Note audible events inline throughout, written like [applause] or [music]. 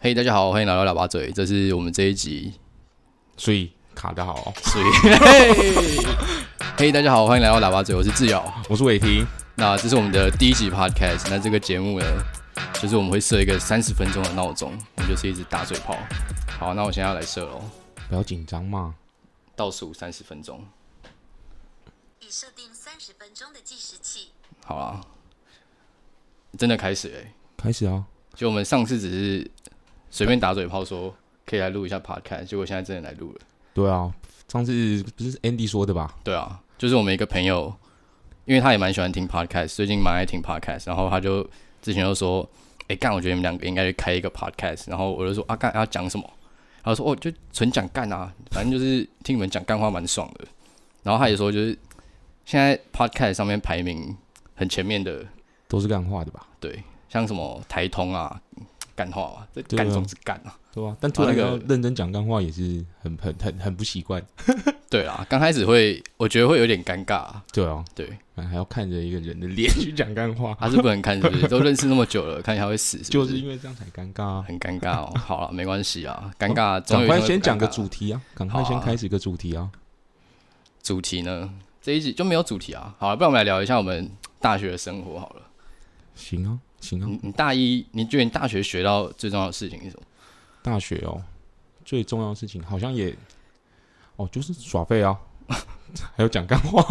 嘿、大家好，欢迎来到喇叭嘴，这是我们这一集。所以卡的好。 [laughs] 所以，嘿，嘿，大家好，欢迎来到喇叭嘴，我是志尧。我是伟霆，那这是我们的第一集 podcast。那这个节目呢，就是我们会设一个三十分钟的闹钟，我们就是一直打嘴炮。好，那我现在要来设喽，不要紧张嘛。倒数三十分钟。已设定三十分钟的计时器。好啦，真的开始嘞、开始啊，就我们上次只是随便打嘴炮说可以来录一下 podcast，结果现在真的来录了。对啊，上次不是 Andy 说的吧？对啊，就是我们一个朋友，因为他也蛮喜欢听 podcast，最近蛮爱听 podcast，然后他就之前就说，哎、干，我觉得你们两个应该去开一个 podcast，然后我就说啊干要讲什么？他就说哦就纯讲干啊，反正就是听你们讲干话蛮爽的。然后他也说就是现在 podcast 上面排名很前面的，都是干话的吧？对，像什么台通啊。干话啊，这对啊干总是干啊，对啊，但突然啊那个要认真讲干话也是很很很很不习惯。对啊，刚开始会，我觉得会有点尴尬、啊，对啊，对，还要看着一个人的脸去讲干话，他是不能看，是不是？都认识那么久了，看一下会死是 [laughs] 就不是因为这样才尴尬啊。很尴尬哦。好了，没关系啊，尴尬总有一天哦赶快会先讲个尴尬主题啊！赶快先开始个主题啊！主题呢，这一集就没有主题啊。好了，不然我们来聊一下我们大学的生活好了。行啊，行啊！你你大一，你觉得你大学学到最重要的事情是什么？大学哦，最重要的事情好像也哦，就是耍废 [laughs] 啊，还有讲干话。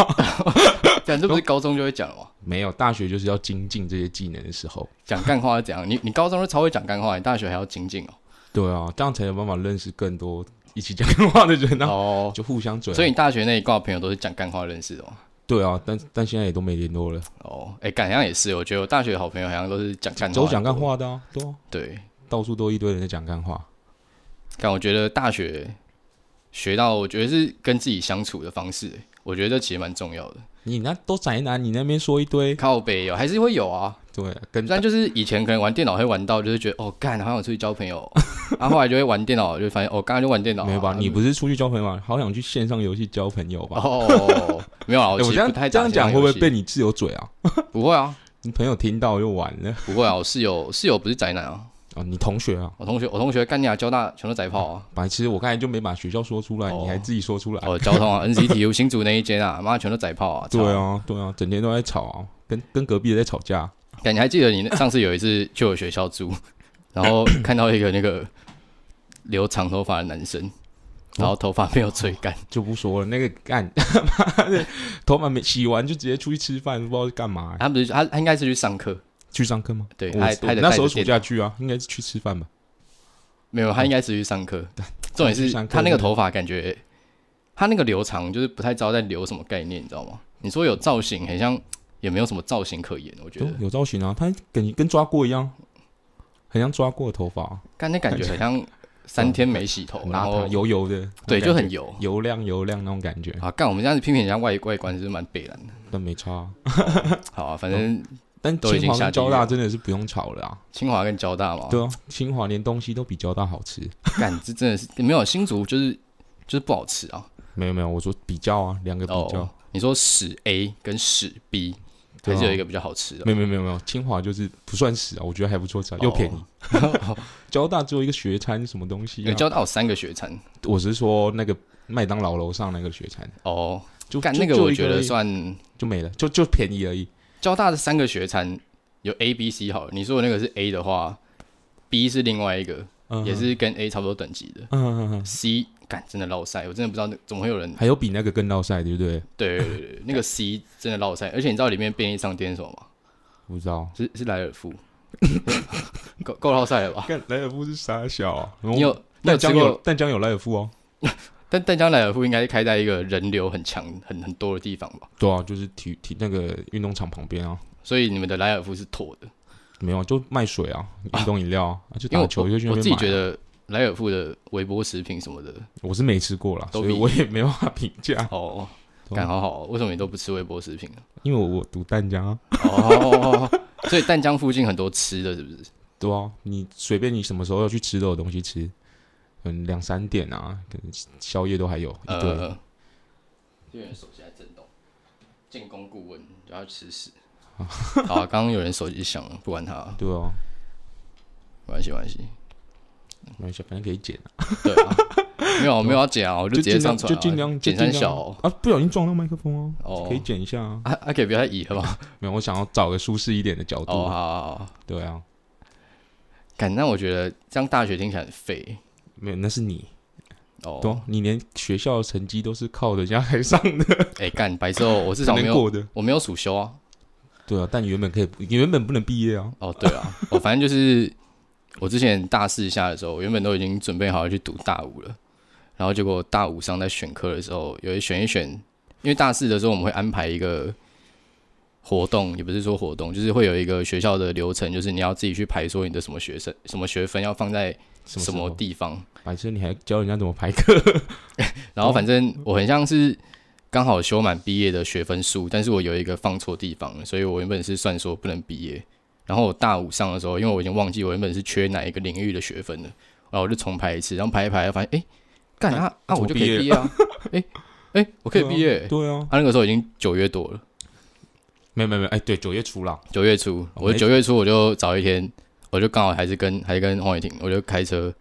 讲这不是高中就会讲了吗？没有，大学就是要精进这些技能的时候。讲干话是怎样？你你高中就超会讲干话，你大学还要精进哦。对啊，这样才有办法认识更多一起讲干话的人啊，哦，就互相嘴啊。所以你大学那一挂朋友都是讲干话认识的吗？对啊，但但现在也都没联络了，哦，哎、感好像也是，我觉得我大学好朋友好像都是讲干话，都讲干。话的啊，对啊，对，到处都一堆人在讲干话。但我觉得大学学到，我觉得是跟自己相处的方式、欸我觉得这其实蛮重要的。你那都宅男，你那边说一堆，靠北有，还是会有啊。对，跟虽然就是以前可能玩电脑会玩到，就是觉得哦，干，好想出去交朋友哦。然后后来就会玩电脑，就发现哦，刚刚就玩电脑啊、没有吧？嗯你不是出去交朋友吗？好想去线上游戏交朋友吧？哦，没有 [laughs] 啊，我哎其我实这样不太这打样线上讲会不会游戏被？你自由嘴啊？不会啊，你朋友听到就完了不会啊，我室友室友不是宅男啊，哦，你同学啊，我同学我同学干你啊，交大全都宅炮啊，白痴，我刚才就没把学校说出来，哦你还自己说出来？哦，交通啊，NCTU 新竹那一间啊，妈全都宅炮啊，操对，啊，对啊，整天都在吵啊，跟跟隔壁的在吵架。啊干，你还记得你那上次有一次去我学校住，然后看到一个那个留长头发的男生，然后头发没有吹干，就不说了，那个干 [laughs] 妈的头发没洗完就直接出去吃饭，不知道是干嘛、他不是他他应该是去上课，去上课吗？对我还我还得那时候带着暑电假去啊，应该是去吃饭吧。没有，他应该是去上课。 [laughs] 重点哦去是上课他那个头发感觉，他那个留长就是不太知道在留什么概念，你知道吗？你说有造型，很像也没有什么造型可言，我觉都得，有造型啊，他跟跟抓过一样，很像抓过的头发，但那感觉很像三天没洗头，很哦然邋遢后油油的，对就那种感很觉油油亮油亮那种感觉，啊。干，我们这样子批评人家外外观是蛮北蓝的。但没差啊。好啊，反正但都已清经华下跟地狱交大了哦真的是不用吵了啊，清华跟交大嘛，对啊，清华连东西都比交大好吃。干这真的是没有新竹就是就是不好吃啊。没有没有，我说比较啊，两个比较哦，，你说屎 A 跟屎 B 对还啊是有一个比较好吃的没有没有没有没有，清华就是不算死啊，我觉得还不错吃啊，又便宜。交大只有一个学餐，什么东西、因为啊？哦交大有三个学餐我是说那个麦当劳楼上那个学餐，哦，就干就那个就我一觉而得已算就没了，就就便宜而已。交大的三个学餐有 A、B、C 好了，你说的那个是 A 的话，B 是另外一个，嗯也，是跟 A 差不多等级的。嗯嗯嗯，嗯 C 感真的落赛，我真的不知道那怎么会有人还有比那个更闹赛，对不对？对对对对，那个 C 真的落赛，而且你知道里面便利商店是什么吗？不知道。是是莱尔富， [laughs] 够够落赛了吧？看莱尔夫是傻小、啊，你你有你有淡吃江过有淡江有莱尔夫哦。但淡江莱尔富应该是开在一个人流很强、很很多的地方吧，对啊，就是体体那个运动场旁边啊，所以你们的莱尔富是妥的。没有啊就卖水啊，运动饮料啊，啊就因为打我球就去那边我自己买啊觉得莱尔富的微波食品什么的，我是没吃过啦，都所比以我也没办法评价， [laughs] 哦，对啊感好好哦，为什么你都不吃微波食品呢？因为我我读淡江啊。哦， [laughs] 所以淡江附近很多吃的，是不是？对啊，你随便你什么时候要去吃都有东西吃，嗯，两三点啊，可能宵夜都还有一堆。呃，有人手机在震动，建工顾问就要吃 [laughs] 屎。好啊，刚刚有人手机响了，不管他，对啊， [laughs] 没关系，没关系。没关系，反正可以剪啊，对啊，没有没有要剪啊，我就直接尽量上传啊，就尽量就剪三尽量小哦啊，不小心撞到麦克风啊，哦可以剪一下啊。啊啊，可以不要太移了吧？没有，我想要找个舒适一点的角哦，好好度。好，好对啊，感那我觉得这样大学听起来很废没有，那是你，对哦。啊，你连学校的成绩都是靠人家来上的，哎，干白之后我至 [laughs] 才少没能有过的。我没有暑修啊。对啊，但你原本可以，你原本不能毕业啊。哦，对啊，我反正就是我之前大四下的时候，我原本都已经准备好要去读大五了，然后结果大五上在选课的时候，有一选一选，因为大四的时候我们会安排一个活动，也不是说活动，就是会有一个学校的流程，就是你要自己去排说你的什么学生、什么学分要放在什么什么时候？地方，白痴，你还教人家怎么排 [laughs] 课？然后反正我很像是刚好修满毕业的学分数，但是我有一个放错地方了，所以我原本是算说不能毕业。然后我大五上的时候，因为我已经忘记我原本是缺哪一个领域的学分了，然后我就重排一次，然后排一排，发现哎，诶干啊啊，怎么我就可毕业以毕业啊，哎哎，我可以毕业。对啊，他、那个时候已经九月多了，没有没有没有，哎，对，九月初啦。九月初，哦我没九月初我就早一天，我就刚好还是跟还是跟黄雨婷，我就开车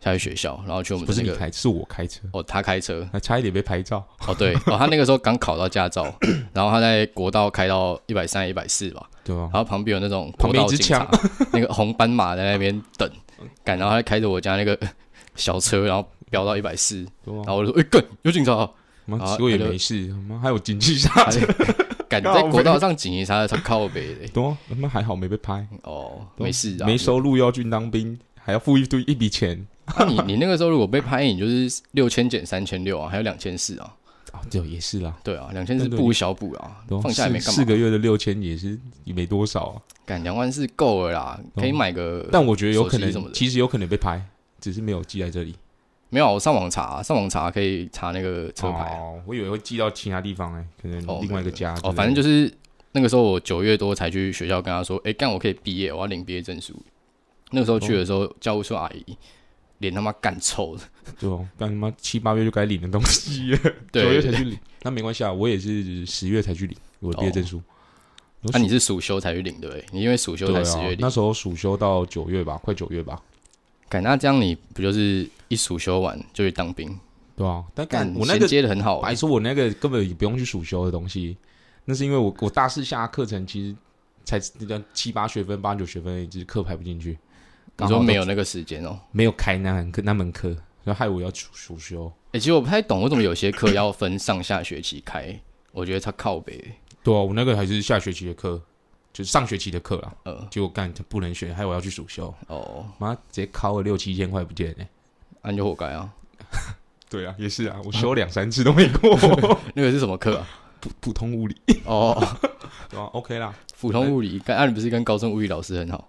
下去学校，然后去我们不的是那你个开，是我开车，哦，他开车，还差一点被拍照。哦，对，哦，他那个时候刚考到驾照， [clears throat] 然后他在国道开到一百三、一百四吧，对啊然，后旁边有那种旁国边道一只警察， [laughs] 那个红斑马在那边 [laughs] 等，赶，然后他开着我家那个 [laughs] 小车，然后飙到一百四，对然啊，后我就说，哎、干，有警察啊、妈，好结果也他就没事，妈还有警器下 [laughs] 他车就，赶在国道上警察，他靠北的，对啊，妈还好没被拍，哦，没事啊，没收入又要去当兵，还要付一堆一笔钱啊你你那个时候如果被拍，你就是六千减三千六啊，还有两千四啊，啊，对，也是啦，对啊，两千对四对不无小补啊，对啊放下也没四干四嘛，个月的六千也是也没多少啊，赶两万四够了啦，可以哦买个，但我觉得有可呃手机什么能，的其实有可能被拍，只是没有记在这里。没有，我上网查，上网查可以查那个车牌啊。哦，我以为会寄到其他地方哎，可能哦另外一个家哦，反正就是是那个时候我九月多才去学校跟他说，哎、干我可以毕业，我要领毕业证书。那个时候去的时候，教务处阿姨脸他妈干臭啊的，对哦，不然他妈七八月就该领的东西了， [laughs] 对九月对才去领，那没关系啊，我也是十月才去领我哦的毕业证书。我那、你是暑休才去领对不对？你因为暑休才对十啊月，领那，时候暑休到九月吧，快九月吧，干、那这样你不就是一暑休完就去当兵？对啊，但干干我那衔个接的很好、哦哎白说，我那个根本也不用去暑修的东西，那是因为我我大四下课程其实才七八学分、八九学分而已，就是课排不进去，你刚好说都没有那个时间哦、没有开那门课那门课，然后害我要暑暑修。哎、其实我不太懂为什么有些课要分上下学期开，我觉得他靠北、对啊，我那个还是下学期的课，就是上学期的课啦。呃，结果干他不能选，害我要去暑修，哦，妈直接考了六七千块不见哎、那、你就活该 [laughs] 啊！对啊，也是啊，我修两三次都没过，那个是什么课啊？普普通物理，哦，对啊，OK 啦，普通物理，干啊，你不是跟高中物理老师很好？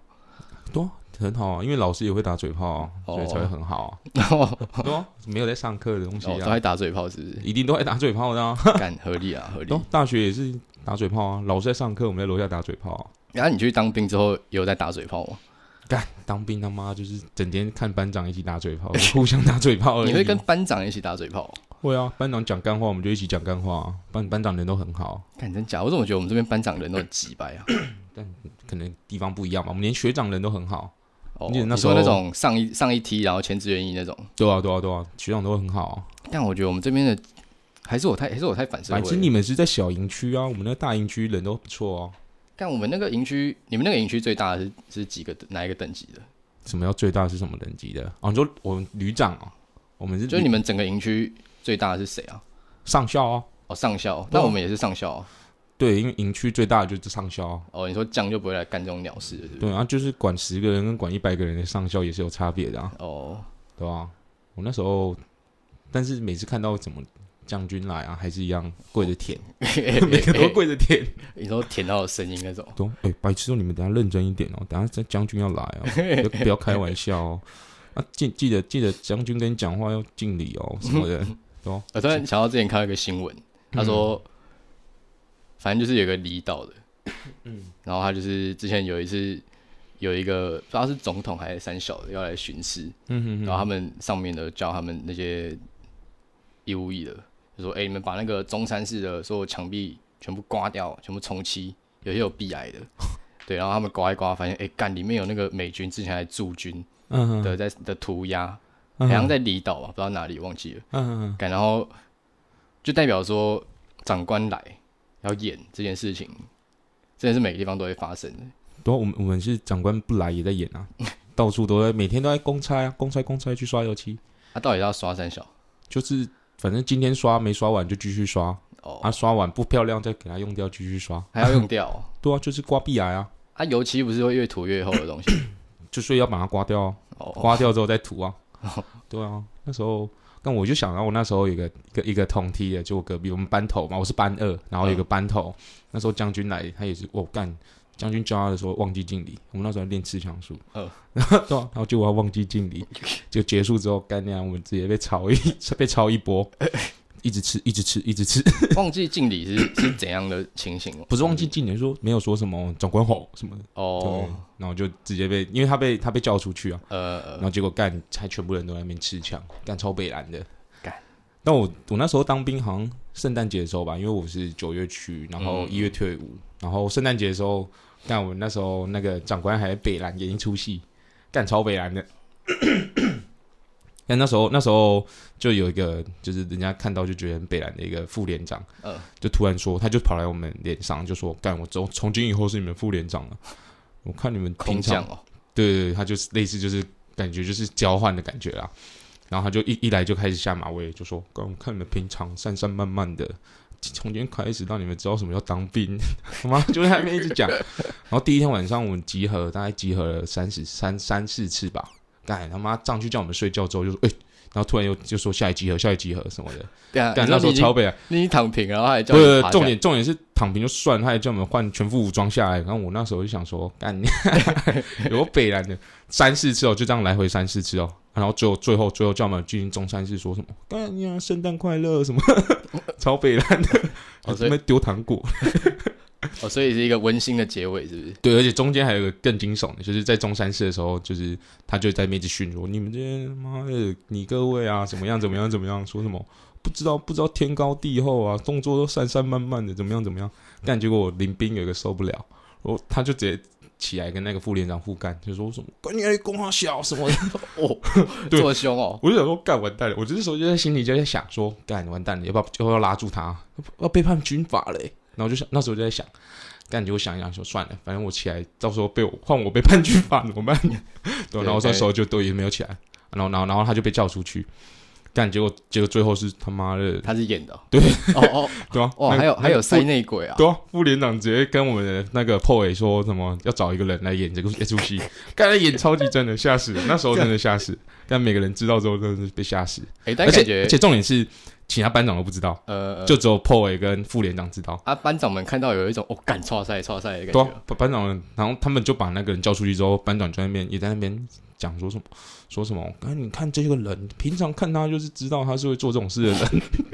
对啊，很好啊，因为老师也会打嘴炮、啊，所以才会很好啊。然 [laughs] 后对啊，没有在上课的东西哦哦，都啊还，打嘴炮，是不是？一定都在打嘴炮的 [laughs] 啊。 [laughs] 干合理啊，合理都。大学也是打嘴炮啊，老师在上课，我们在楼下打嘴炮、啊。然后你去当兵之后，有在打嘴炮吗？干，当兵他妈就是整天看班长一起打嘴炮， [laughs] 互相打嘴炮而已。你会跟班长一起打嘴炮？会啊，班长讲干话，我们就一起讲干话、啊。班班长人都很好，干真假？我怎么觉得我们这边班长人都很鸡掰啊？可能地方不一样嘛。我们连学长人都很好，哦，你那你时候说那种上一上一梯，然后签志愿役那种。对啊，对啊，对啊，学长都很好、啊。但我觉得我们这边的还是我太还是我太反社反会正了。你们是在小营区啊，我们那大营区人都不错哦、但我们那个营区，你们那个营区最大的是是几个哪一个等级的？什么叫最大是什么等级的？啊，你说我们旅长啊，我们是就是你们整个营区最大的是谁啊？上校啊。哦，上校。但我们也是上校啊。对，因为营区最大的就是上校啊、哦，你说这样就不会来干这种鸟事了，是不是？对啊，就是管十个人跟管一百个人的上校也是有差别的啊，哦，对吧、我那时候，但是每次看到怎么将军来啊，还是一样跪着舔， [laughs] 每个都跪着舔。你说舔到有声音那种，对，哎、白痴哦，你们等一下认真一点哦，等一下这将军要来哦，不要 [laughs] 不要开玩笑哦。啊，记记得记得将军跟你讲话要敬礼哦，什么 [laughs] 的。我突然想到之前看到一个新闻，嗯他说，反正就是有个离岛的，嗯 [laughs] 然后他就是之前有一次有一个不知道是总统还是三小的要来巡视，嗯然后他们上面的叫他们那些义务役的，就说：“哎、你们把那个中山市的所有墙壁全部刮掉，全部重漆，有些有壁癌的。”对，然后他们刮一刮，发现哎，干、里面有那个美军之前还驻军，嗯哼，的在的涂鸦，好嗯哼，像在离岛吧，不知道哪里忘记了。嗯哼，嗯哼干然后就代表说长官来要演这件事情，真的是每个地方都会发生的。对啊，我们我们是长官不来也在演啊，到处都在，每天都在公差啊，公差公差去刷油漆，他、到底要刷三小？就是反正今天刷没刷完就继续刷，哦，啊，刷完不漂亮再给它用掉，继续刷。还要用掉哦、对啊，就是刮壁癌啊，啊，油漆不是会越涂越厚的东西就是要把它刮掉、啊，哦。刮掉之后再涂啊。对啊，那时候，但我就想啊到我那时候有一个一个一个同梯的，就我隔壁我们班头嘛，我是班二，然后有一个班哦头，那时候将军来，他也是我干。将军教他的时候忘记敬礼，我们那时候在练刺枪术，嗯 [laughs] 对啊，然后结果他忘记 [laughs] 敬礼，就结束之后干那样，我们直接被抄一 [laughs] 被抄 [laughs] 一波，一直吃一直吃一直吃，忘记敬礼是是怎样的情形哦？不是忘记敬礼，说没有说什么长官好什么的，哦对，，然后就直接被，因为他被他被叫出去啊，然呃，后结果干，才全部人都在那边吃枪，干超北蓝的，干。但我我那时候当兵好像圣诞节的时候吧，因为我是九月去，然后嗯一月退伍，然后圣诞节的时候，干我那时候那个长官还在北蓝演一出戏，干超北蓝的。但那时候那时候就有一个，就是人家看到就觉得很北蓝的一个副连长，嗯就突然说，他就跑来我们脸上就说：“干，我从从今以后是你们副连长了。”我看你们空平常降哦，对对对，他就是类似就是感觉就是交换的感觉啦。然后他就一一来就开始下马威，就说：“刚看你们平常散散漫漫的，从今天开始让你们知道什么叫当兵。” [laughs] 我妈就在那边一直讲。然后第一天晚上我们集合，大概集合了三十三三四次吧。干他妈上去叫我们睡觉之后就说：“哎、然后突然又就说下一集合，下一集合什么的。对啊，干你说那时候你已经超北啊，你已经躺平，然后还叫不你是爬起来重点，重点是躺平就算了，他还叫我们换全副武装下来。然后我那时候就想说， [laughs] 干你，有北然的三四次哦，就这样来回三四次哦。然后最后最后最后叫我们进中山市说什么？干你啊，圣诞快乐什么？ [laughs] 超北然的，嗯哦所他以们丢糖果。哦，所以是一个温馨的结尾，是不 [laughs] 是？对，而且中间还有一个更惊悚的，就是在中山市的时候，就是他就在那边一直训说：“你们这些妈的，你各位啊，怎么样怎么样怎么样，说什么不知道不知道天高地厚啊，动作都散散漫漫的，怎么样怎么样。”但结果我林斌有一个受不了，我他就直接起来跟那个副连长互干，就说什么“管你公花小什么的哦，对这么凶哦，我就想说干完蛋了，我这时候就在心里就在想说干完蛋了，要不要要不要拉住他，要被判军法嘞、然后就想那时候就在想，感觉我想一想说算了，反正我起来到时候被我换我被判军法怎 [laughs] 么办？对，对然后那时候就都也没有起来，然后然后然后他就被叫出去，但结果结果最后是他妈的他是演的哦，对哦哦对啊， [laughs] 哦，还那个有那个还有副塞内鬼啊，对啊，副连长直接跟我们的那个破伟说什么要找一个人来演这个哎这出戏，刚才演超级真的吓死人，那时候真的吓死，但每个人知道之后真的是被吓死。哎，但而感且觉而且重点是，其他班长都不知道，呃，就只有破伟跟副连长知道。啊，班长们看到有一种哦，干超赛超赛的感对、觉啊，班班长，然后他们就把那个人叫出去之后，班长就在那边也在那边讲说什么说什么，哎，你看这个人，平常看他就是知道他是会做这种事的人，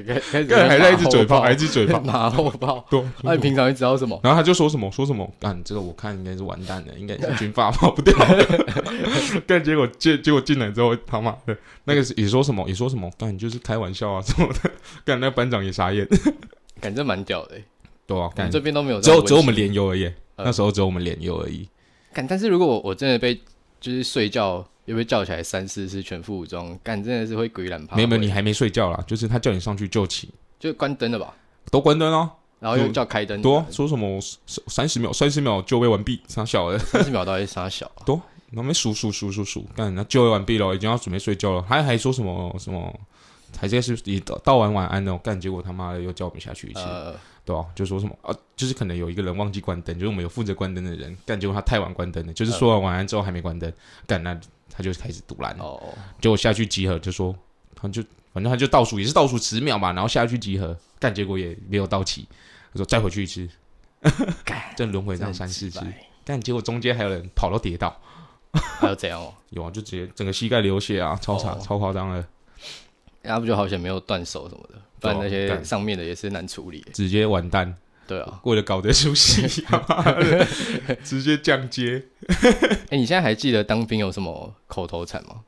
开，开始刚才还在一只嘴炮 [laughs] 炮，，还一只 [laughs] 嘴炮，马后 [laughs] 炮。对。啊那你平常会知道什么？然后他就说什么说什么，干这个我看应该是完蛋了，应该是军法跑不掉了。 [laughs] 但结果结结果进来之后，他妈的，那个是也说什么也说什么，干就是开玩笑啊什么的，干那个班长也傻眼， [laughs] 感觉蛮屌的欸，对啊，我干们这边都没有只这样有的温馨。只有我们连游而已，呃那时候只有我们连游而已。干，但是如果我我真的被就是睡觉又被叫起来三四次全副武装，干真的是会鬼懒趴。没有没有，你还没睡觉啦，就是他叫你上去就寝，就关灯了吧，都关灯哦。然后又叫开灯，多说什么三十秒，三十秒就位完毕，傻小 [laughs] 的，三十秒到底是啥 [laughs] 小啊？然后没数数数数数，干，那就位完毕了，已经要准备睡觉了，还还说什么什么，还在是你道道完晚安哦，干，结果他妈的又叫我们下去一次，呃，对吧、就说什么啊，就是可能有一个人忘记关灯，就是我们有负责关灯的人，干，结果他太晚关灯了，呃就是说完晚安之后还没关灯，干，那他就开始堵拦了。哦，结果下去集合，就说他就反正他就倒数也是倒数十秒嘛，然后下去集合，但结果也没有到齐，他说再回去 [laughs] 一次，这轮回这样三四次真鸡，掰但结果中间还有人跑到跌倒，还有怎样哦？有啊，就直接整个膝盖流血啊，超惨、哦超夸张的，要啊不就好险没有断手什么的，不然那对啊些干上面的也是难处理欸。直接完蛋，对啊，为了搞这 [laughs] 出戏，直接降阶。哎，你现在还记得当兵有什么口头禅吗？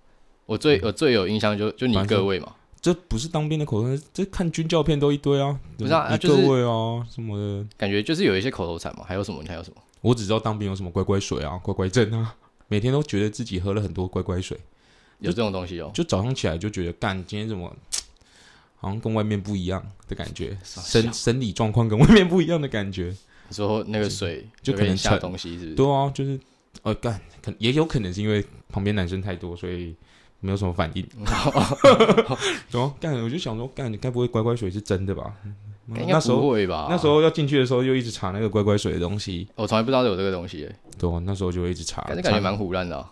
我最我最有印象就就你嗯反正各位嘛，这不是当兵的口头禅，这看军教片都一堆啊，不是啊你啊就是各位啊什么的。感觉就是有一些口头禅嘛，还有什么？你还有什么？我只知道当兵有什么乖乖水啊、乖乖针啊，每天都觉得自己喝了很多乖乖水，有这种东西哦。就早上起来就觉得干，今天怎么好像跟外面不一样的感觉，傻生笑生理状况跟外面不一样的感觉。你说那个水就有可能点下沉东西，是不是？对啊，就是呃干，可也有可能是因为旁边男生太多，所以没有什么反应。然后干，我就想说，干，你该不会乖乖水是真的吧？ [laughs] 应那该时候不会吧？那时候要进去的时候，又一直查那个乖乖水的东西。我从来不知道有这个东西耶，对、啊，那时候就一直查，但是感觉查蛮胡乱的啊。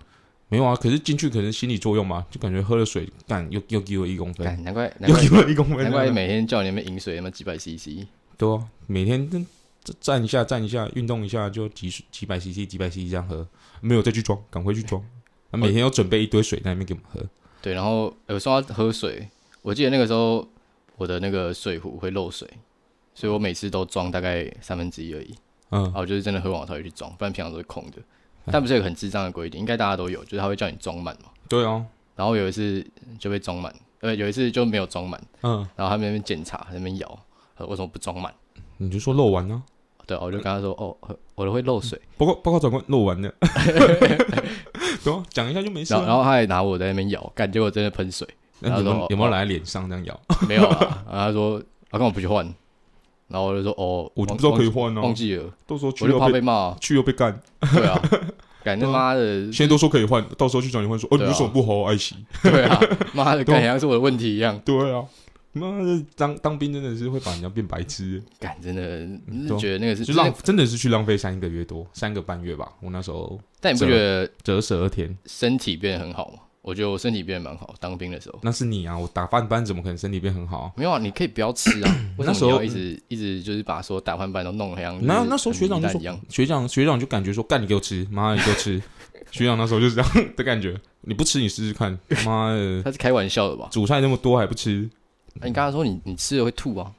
没有啊。可是进去可能心理作用嘛，就感觉喝了水，干又又给我一公分，干难怪难又怪给我一公分。难怪每天叫你们饮水，那么几百 CC，对啊，每天站站一下站一下，运动一下就几十几百 CC 几百 CC 这样喝，没有再去装，赶快去装。哦啊每天要准备一堆水在那边给我们喝。对。然后呃我说要喝水，我记得那个时候我的那个水壶会漏水，所以我每次都装大概三分之一而已。嗯然，后就是真的喝完我才会去装，不然平常都是空的。但不是有个很智障的规定，应该大家都有，就是他会叫你装满嘛。对啊，然后有一次就被装满，呃，有一次就没有装满，嗯，然后他们在那边检查，在那边摇，呃，为什么不装满？你就说漏完啊，对，我就跟他说，哦，呃我都会漏水。报告报告长官，漏完了。 [laughs] 对啊，讲一下就没事然了、后，然后他还拿我在那边咬，干，结果真的喷水，那你有没然后有说有没有来脸上这样咬？没有 [laughs] 啊。然后他说，啊，干嘛不去换？然后我就说，哦，我就忘不知道可以换忘哦、忘记了，到时候去我就又怕被被骂啊。去又被干。对 [laughs] 啊，感他妈的，现在都说可以换，到时候去找你换说，哦，你对啊为什么不好好爱惜？对啊，妈的，感好像是我的问题一样。对啊，妈的，当当兵真的是会把人家变白痴，感真的，你对是啊觉得那个是就真的浪真的是去浪费三个月多，三个半月吧。我那时候但你不觉得折十二天，身体变得很好吗？我觉得我身体变得蛮好，当兵的时候。那是你啊，我打饭班怎么可能身体变很好啊？没有啊，你可以不要吃 [coughs] 啊。为什那么时你候要一直一直就是把所有打饭班都弄黑样？那就是那时候很学长糜就烂说一样，学长学长就感觉说干你给我吃，妈的你给我吃。学长那时候就是这样的感觉，你不吃你试试看，妈的 [laughs] 他是开玩笑的吧？主菜那么多还不吃？啊你刚才说你你吃了会吐啊，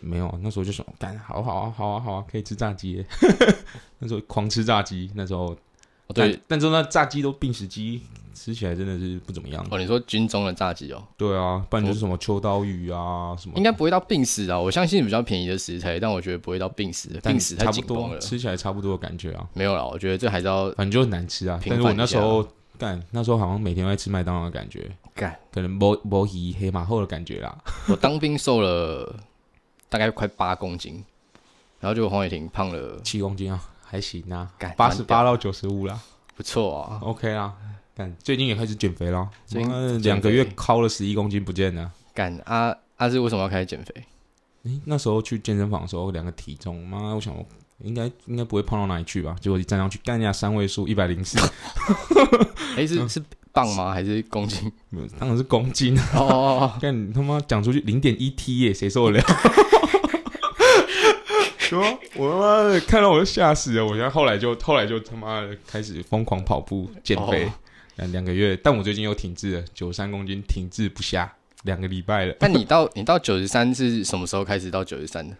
没有，那时候就想干好好啊好啊好啊，可以吃炸鸡耶。 [laughs] 那时候狂吃炸鸡，那时候哦对但，但是那炸鸡都病死鸡，吃起来真的是不怎么样。哦，你说军中的炸鸡哦，对啊，不然就是什么秋刀鱼啊什么，应该不会到病死啊。我相信比较便宜的食材，但我觉得不会到病死，但病死太差不紧绷多，了。吃起来差不多的感觉啊。没有啦，我觉得这还是要反正就很难吃啊。平但凡是我那时候干，那时候好像每天都在吃麦当劳的感觉，干。可能摸摸鱼黑马后的感觉啦。我当兵瘦了大概快八公斤，然后就黄伟霆胖了，七公斤啊，还行啊干，八十八到九十五啦不错啊。 ，OK 啦。干，最近也开始减肥啦，最近妈的减肥两个月靠了十一公斤不见了。干啊啊是为什么要开始减肥？诶那时候去健身房的时候，两个体重，妈，我想我应该应该不会胖到哪里去吧？结果一站上去，干一下三位数，一百零四， [laughs] 哎、嗯是是磅吗？还是公斤？ [laughs] 没有当然是公斤啊！哦哦哦，干你他妈讲出去零点一 T 耶，[laughs] 谁受得了？说，我他妈的看到我就吓死了。我现在后来就后来就他妈的开始疯狂跑步减肥哦，两、两个月。但我最近又停滞了，九三公斤停滞不下，两个礼拜了。 [laughs] 那你到你到九十三是什么时候开始到九十三的？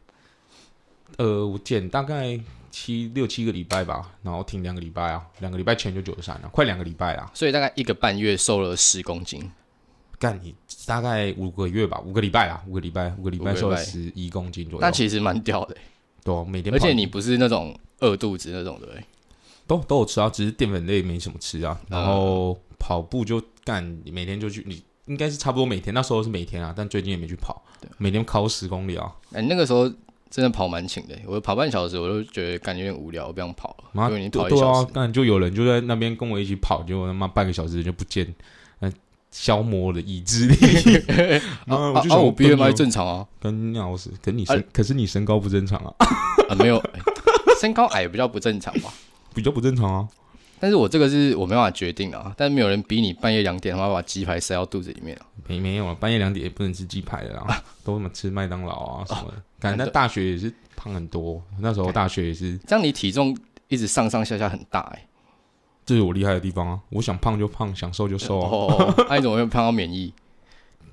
呃，我减大概七六七个礼拜吧，然后停两个礼拜啊，两个礼拜前就九十三了，快两个礼拜啊啦。所以大概一个半月瘦了十公斤，干你大概五个月吧，五个礼拜啊啦，五个礼拜，五个礼五个拜礼瘦了拜十一公斤左右。那其实蛮屌的、欸对啊、每天而哦跑且你不是那种饿肚子那种对不欸对？都都有吃啊，只是淀粉类没什么吃啊。嗯然后跑步就干，你每天就去，你应该是差不多每天，那时候是每天啊，但最近也没去跑，每天跑十公里啊。哎、那个时候真的跑蛮勤的、欸我跑半小时我都觉得感觉有点无聊，我不想跑了，妈，因为你对跑一对小时，啊，干就有人就在那边跟我一起跑，结果他妈半个小时就不见，那消磨我的意志 [laughs] 力。然后我就啊想，我 BMI 正正常啊，跟鸟屎，可你身、可是你身高不正常啊，啊没有、哎身高矮比较不正常吧。比较不正常啊。但是我这个是我没办法决定的啊，但没有人逼你半夜两点他妈把鸡排塞到肚子里面啊。没没有啊，半夜两点也不能吃鸡排的啦，都什么吃麦当劳啊什么的。哦那感觉就大学也是胖很多，那时候大学也是这样你体重一直上上下下很大哎、这是我厉害的地方啊！我想胖就胖，想瘦就瘦啊！哦，那、你怎么会胖到免疫？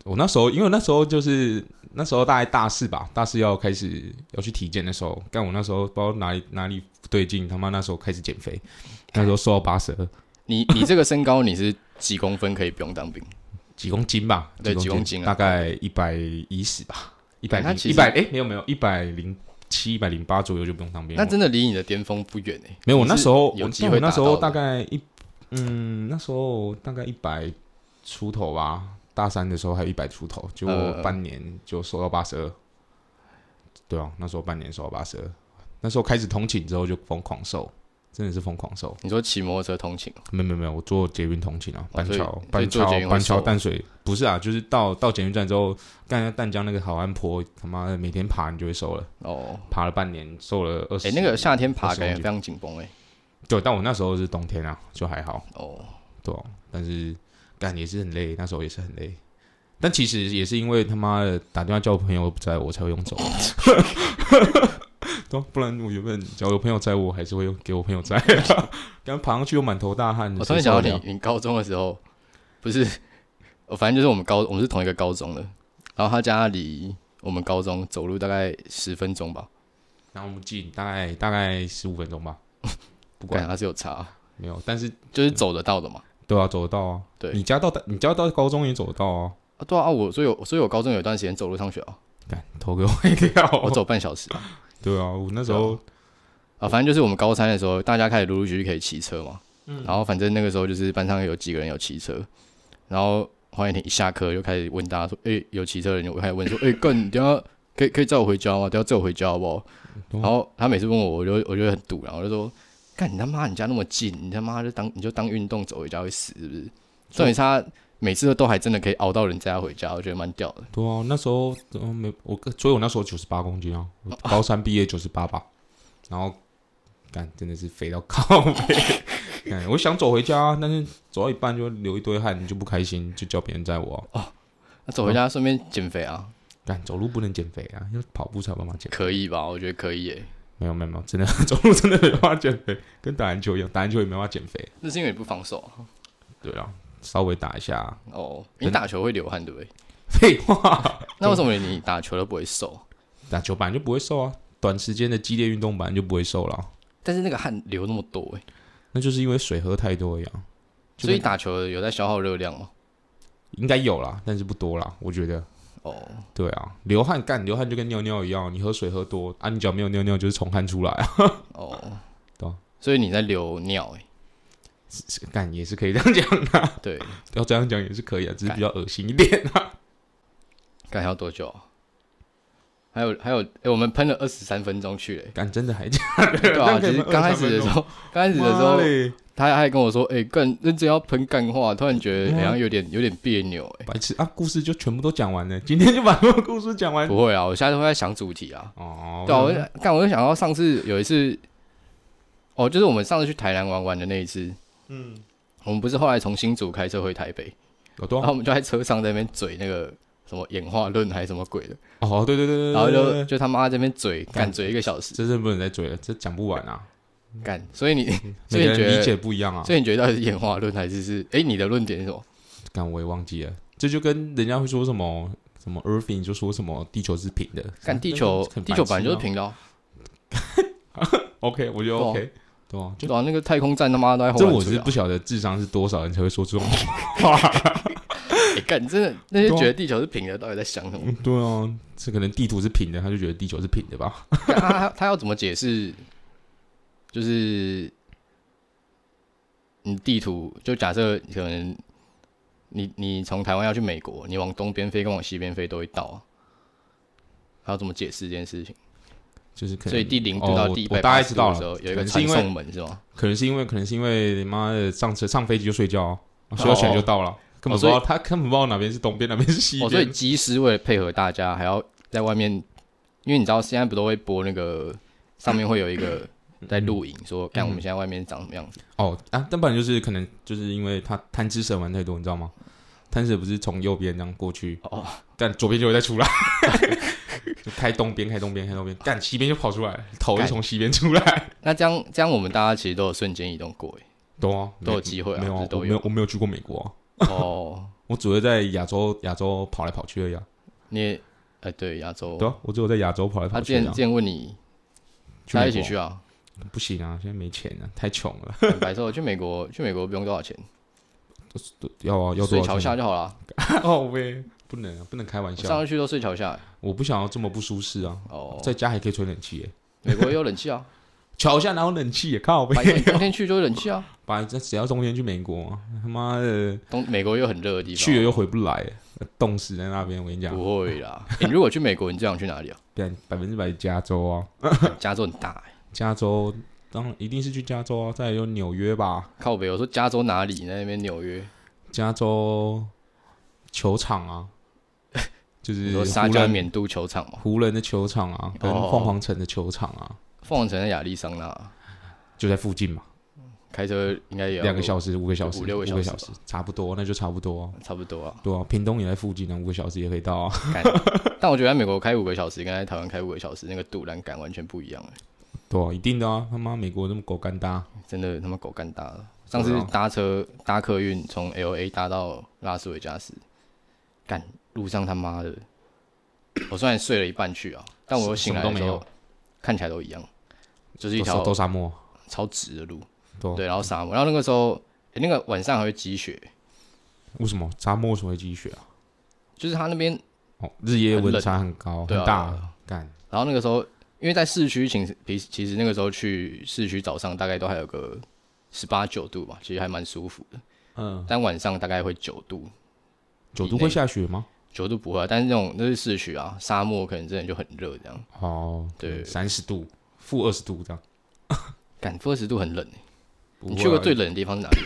我那时候，因为那时候就是那时候大概大四吧，大四要开始要去体检的时候，但我那时候不知道哪里哪里不对劲，他妈那时候开始减肥，那时候瘦到八十二你你这个身高你是几公分可以不用当兵？几公斤吧，对几几公公斤啊大概一百一十吧，一百那零其一实百哎没有没有一百零七一百零八左右就不用当兵了。那真的离你的巅峰不远哎、没有，我那时候你是有我机我会那时候达大到的概一嗯，那时候大概一百出头吧，大三的时候还一百出头，结果呃半年就瘦到八十二。对啊，那时候半年瘦到八十二，那时候开始通勤之后就疯狂瘦，真的是疯狂瘦。你说骑摩托车通勤，没有没有没有，我坐捷运通勤啊，哦板所以桥所以板坐桥捷运会板桥瘦淡水不是啊，就是到到捷运站之后，干淡江那个好汉坡，他妈的每天爬你就会瘦了，哦，爬了半年瘦了二十。哎、那个夏天爬20感觉公斤非常紧绷哎，对，但我那时候是冬天啊，就还好。哦，对啊、但是干也是很累，那时候也是很累。但其实也是因为他妈的打电话叫我朋友不在我才会用走，对啊、 [laughs] 不然我原本假如有朋友在我还是会用给我朋友在、 [laughs] 啊，刚爬上去又满头大汗。我突然想到谁受得了你，你高中的时候不是，我反正就是我们高，我们是同一个高中的，然后他家离我们高中走路大概十分钟吧，然后我们近大概大概十五分钟吧，不不管管他是有差，没有，但是就是走得到的嘛。对啊，走得到啊。对你家到大你家到高中也走得到啊。啊，对啊，啊我所以我所以我高中有一段时间走路上学啊，干头给我一跳，我走半小时啊，对啊，我那时候啊，反正就是我们高三的时候，大家开始陆陆续续可以骑车嘛，然后反正那个时候就是班上有几个人有骑车，然后黄雨婷一下课就开始问大家说，哎、有骑车的人就开始问说，哎、哥，你等一下可以可以载我回家吗？等一下载我回家好不好？嗯然后他每次问我，我就我就很堵，然后我就说，干你他妈，你家那么近，你他妈就当你就当运动走回家会死是不是？重点是他每次都还真的可以熬到人载他回家，我觉得蛮屌的。对啊，那时候嗯没我，所以我那时候九十八公斤啊，我高三毕业九十八吧，然后干真的是肥到靠背， [laughs] 干我想走回家，但是走到一半就流一堆汗，你就不开心，就叫别人载我啊、那走回家顺便减肥啊，干走路不能减肥啊，要跑步才有办法减。可以吧？我觉得可以耶。没有没有没有，真的走路真的没办法减肥，跟打篮球一样，打篮球也没办法减肥。那是因为你不防守啊对啊，稍微打一下，哦。你打球会流汗对不对？废话，那为什么你打球都不会瘦？打球本来就不会瘦啊，短时间的激烈运动本来就不会瘦了啊，但是那个汗流那么多哎，那就是因为水喝太多一啊样。就所跟以打球有在消耗热量吗？应该有啦，但是不多啦，我觉得。哦，对啊，流汗干流汗就跟尿尿一样，你喝水喝多啊，你脚没有尿尿就是从汗出来啊， [laughs] 哦，对啊所以你在流尿哎、干也是可以这样讲的、啊，对，要这样讲也是可以啊，只是比较恶心一点 [laughs] 啊。干还要多久、啊？还 [laughs] 有还有，哎、我们喷了二十三分钟去嘞、干真的还假对啊，那可就以是喷刚开始的 [laughs] 时候，刚开始的时候妈，嘞他还跟我说，哎、干认真要喷干话，突然觉得嗯好像有点有点别扭哎、白痴啊，故事就全部都讲完了，今天就把所有故事讲完。不会啊，我下次会在想主题啊。哦，对啊，我就干，我就想到上次有一次，哦，就是我们上次去台南玩玩的那一次，嗯，我们不是后来从新竹开车回台北，有然多后我们就在车上在那边嘴那个什么演化论还是什么鬼的，哦，对对对对，然后对就对对就他妈这边嘴，干干嘴一个小时，这真不能再追了，这讲不完啊，干，所以你，所每以个你觉人理解得，不一样啊。 [laughs] 所以你觉得到底是演化论还是是，哎，你的论点是什么？干我也忘记了，这就跟人家会说什么什么 Earthing 就说什么地球是平的，干地球很，白地球痴本来就是啊平的啊， OK，我觉得对啊 OK，对啊，就对啊，那个太空站他妈都在后这面我吹是啊不晓得智商是多少人才会说这种哎干，真的那些对啊觉得地球是平的到底在想什么？ [laughs] 对啊，这可能地图是平的，他就觉得地球是平的吧？他他他要怎么解释？就是你地图，就假设可能你你从台湾要去美国，你往东边飞跟往西边飞都会到啊。他要怎么解释这件事情？就是可能所以第零度到第一哦我、百我大八概十知度道的时候了，，有一个可能是传因送为门是吗？可能是因为可能是因为妈的上车上飞机就睡觉、啊，睡到起来就到了，根本不知道、哦他根本不知道哪边是东边哪边是西哦，所边。以机师为了配合大家，还要在外面，因为你知道现在不都会播那个上面会有一嗯个在录影，说看我们现在外面长什么样子。哦啊，但不然就是可能就是因为他贪吃蛇玩太多，你知道吗？贪吃蛇不是从右边这样过去，哦， [laughs] 但左边就会再出来， [laughs] 就开东边开东边开东边，干西边就跑出来，头就干从西边出来。那这样这样，我们大家其实都有瞬间移动过耶，懂啊，都有没机会啊没有不啊是，都我没有有，我没有去过美国啊，哦，我只会在亚洲亚洲跑来跑去而已啊。 [laughs] 你也哎对亚洲，对啊，我只有在亚洲跑来他跑之去而前已啊之前问你，去大家美一起国去啊？不行啊，现在没钱啊，太穷了。 [laughs] 很白说去美国去美国不用多少钱，要啊，要多睡桥少钱下啊？就好了。 [laughs] 哦喂，不能啊，不能开玩我笑上，次去都睡桥下耶我不想要这么不舒适啊，哦，在家还可以吹冷气耶。 [laughs] 美国也有冷气啊，桥下哪有冷气也靠白背，天冬天去就会冷气啊，白这只要冬天去美国啊，他妈的东美国又很热的地方，去了又啊回不来，冻死在那边。我跟你讲，不会啦。欸你如果去美国，你最想去哪里啊？ [laughs] 百百分之百加州啊，加州很大欸，加州当然一定是去加州啊，再来就纽约吧，靠北。我说加州哪里？那边纽约，加州球场 [laughs] 啊，就你是说沙湖加人缅都球场嘛，湖人的球场啊，跟哦凤凰城的球场啊，凤凰城在亚利桑那，就在附近嘛，开车应该也要两个小时、五个小时、五六个个小时吧时，差不多，那就差不多啊。差不多啊。对啊，屏东也在附近啊，五个小时也可以到啊。 [laughs] 干但我觉得在美国开五个小时，跟在台湾开五个小时那个度量感完全不一样欸对啊，一定的啊！他妈美国那么狗干搭，真的他妈狗干大了。上次对啊搭车搭客运从 L A 搭到拉斯维加斯，干路上他妈的，我虽然睡了一半去啊，但我醒来什的么时都没候有看起来都一样，就是一都条都沙漠，超直的路，对啊对，然后沙漠，然后那个时候、诶那个晚上还会积雪，为什么沙漠为什么会积雪啊？就是他那边，哦，日夜很温冷差很高，对啊很大，干然后那个时候因为在市区，其实其实其实那个时候去市区早上大概都还有个十八九度吧，其实还蛮舒服的，嗯，但晚上大概会九度，九度会下雪吗？九度不会啊，但是那种那是市区啊，沙漠可能真的就很热这样。哦，对三十度，负二十度这样。感负二十度很冷欸、不你会啊去过最冷的地方是哪 [laughs] 里？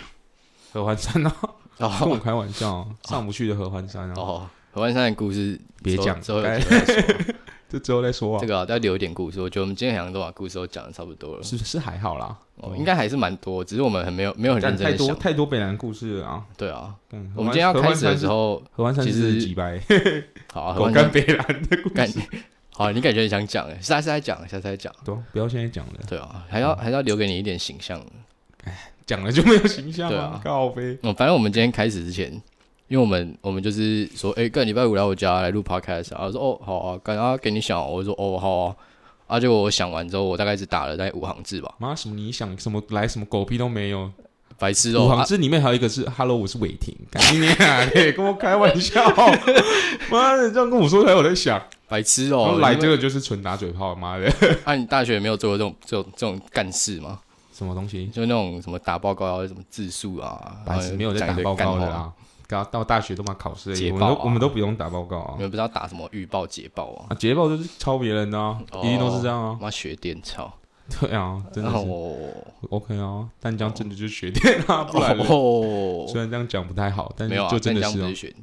合欢山啊？跟我哦开玩笑啊，上不去的合欢山啊，哦，合欢山的故事别之后讲之后有该机会再说这之后再说啊这。个啊，要留一点故事。我觉得我们今天好像都把故事都讲的差不多了，是是还好啦，嗯哦，应该还是蛮多，只是我们很没有没有很但认真太的多想。太多北南故事了啊。对 [laughs] 啊，干我们今天要开始的时，候，合欢山是其合欢山实是几百，好啊，合狗欢干山北南的故干事。，好，你感觉很想讲哎，下次再讲，下次再讲。对啊，不要现在讲了，对啊，还要还是要留给你一点形象。讲了就没有形象对了啊，告呗。嗯，反正我们今天开始之前，因为我们我们就是说，哎、干礼拜五来我家来录 podcast 啊，我说哦好啊，干啊给你想，我就说哦好啊，啊结果我想完之后，我大概只打了大概五行字吧，妈，什么你想什么来什么狗屁都没有。白痴哦、五行啊，字里面还有一个是 “Hello，我是伟 [laughs] 霆”，赶紧你啊，你跟我开玩笑，妈的，这样跟我说才我在想，白痴然哦、后来你这们个就是纯打嘴炮，妈的，啊，你大学有没有做过这种这种这种干事吗？什么东西，就那种什么打报告啊，什么字数啊，白痴然后哎没有在讲打一堆报告干的话。啦，到到大学都嘛考试而已，捷我报啊们都我们都不用打报告啊你，们不知道打什么预报、捷报啊？啊，捷报就是抄别人的啊，哦哦一定都是这样啊，妈学电操， [laughs] 对啊，真的然后是我 OK 啊，但这样真的就是学电啊，不然呢哦 [laughs] 虽然这样讲不太好，但没是有啊，就真的湛江是不啊是学，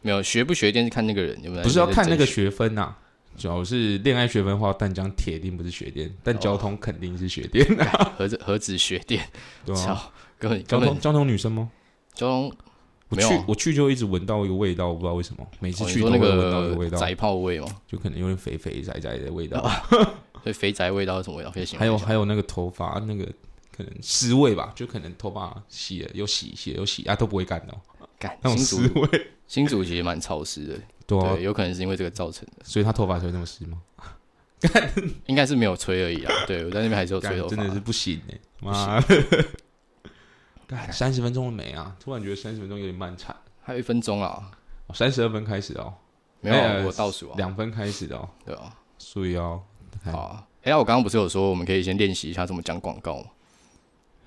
没有学不学电是看那个人有没有，不是要看那个，学分呐、主要是恋爱学分的话，淡江铁定不是学电，哦但交通肯定是学电、啊 [laughs] 何止何止学电，对吧、操，根本交根通本交通女生吗？交通我没去有啊我去就一直闻到一个味道，我不知道为什么，每次哦你去都说会那闻到一个味个道，宅哦炮味嘛，就可能有点肥肥宅宅的味道，所以肥宅味道是什么味道？可以形容还有一下还有那个头发那个可能湿味吧，就可能头发洗了又洗，洗了又洗啊都不会干的哦、干那种新湿竹 [laughs] 味，新竹其实蛮潮湿的， [laughs] 对啊对，，有可能是因为这个造成的，所以他头发才会那么湿吗？应该是没有吹而已啦。对我在那边还是有干吹头发，真的是不行哎、妈 [laughs] 的，三十分钟了没啊？突然觉得三十分钟有点漫长。还有一分钟啦，三十二分开始哦，没有哎啊呃我倒数啊，两、分开始的哦，对啊，所以哦，好啊。哎，那我刚刚不是有说我们可以先练习一下怎么讲广告吗？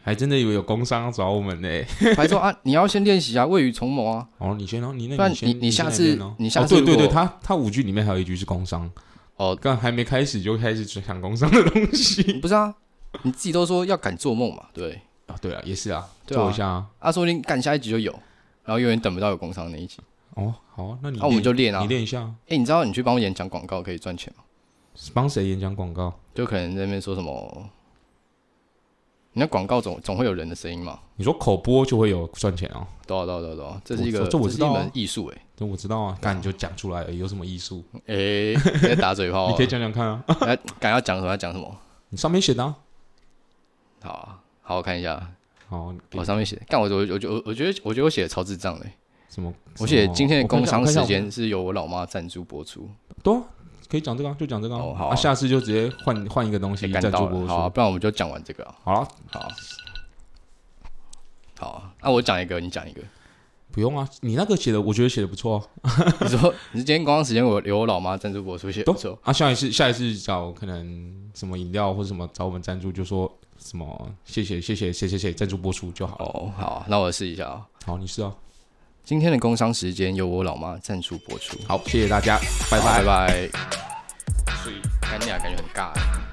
还真的以为有工商要找我们呢。还说啊，你要先练习啊，未雨绸缪啊。哦，你先哦，你不那然先你你你下先来次念哦你下次哦、对对如对，果他他五句里面还有一句是工商哦刚还没开始就开始讲工商的东西不是啊，你自己都说要敢做梦嘛，对不对？啊，对啊，也是啊，对啊做一下啊。啊，说不定干下一集就有，然后永远等不到有工商那一集。哦，好啊，那你那、我们练就练啊你。练一下啊，哎、你知道你去帮我演讲广告可以赚钱吗？帮谁演讲广告？就可能在那边说什么，你那广告总总会有人的声音嘛。你说口播就会有赚钱哦，对啊，对啊，对啊，对啊，这是一我个，这我知道啊是一门艺术哎。这我知道啊，干你就讲出来而已，有什么艺术？哎、你在打嘴炮、啊，你 [laughs] 可以讲讲看啊， [laughs] 哎敢要讲什么要讲什么。你上面写的啊。好啊，好，我看一下，好，我上面写，干我我我我我觉得我觉得我写的超智障的欸、什么？我写什么今天的我看工一下商我看一下时间是由我老妈赞助播出，对啊、可以讲这个、啊，就讲这个、啊。哦好啊啊下次就直接换换一个东西哎干再做到播了，出。好、啊，不然我们就讲完这个啊。好了，啊好，好，那、我讲一个，你讲一个。不用啊，你那个写的我觉得写的不错、啊，你说 [laughs] 你是今天光时间我有我老妈赞助播出去，不错，啊，下一次下一次找可能什么饮料或者什么找我们赞助，就说什么谢谢谢谢谁谁谁赞助播出就好了。哦，好啊，那我试一下啊。好，你是啊，今天的工商时间由我老妈赞助播出，好，谢谢大家，拜拜拜。拜。所以干你俩感觉很尬欸。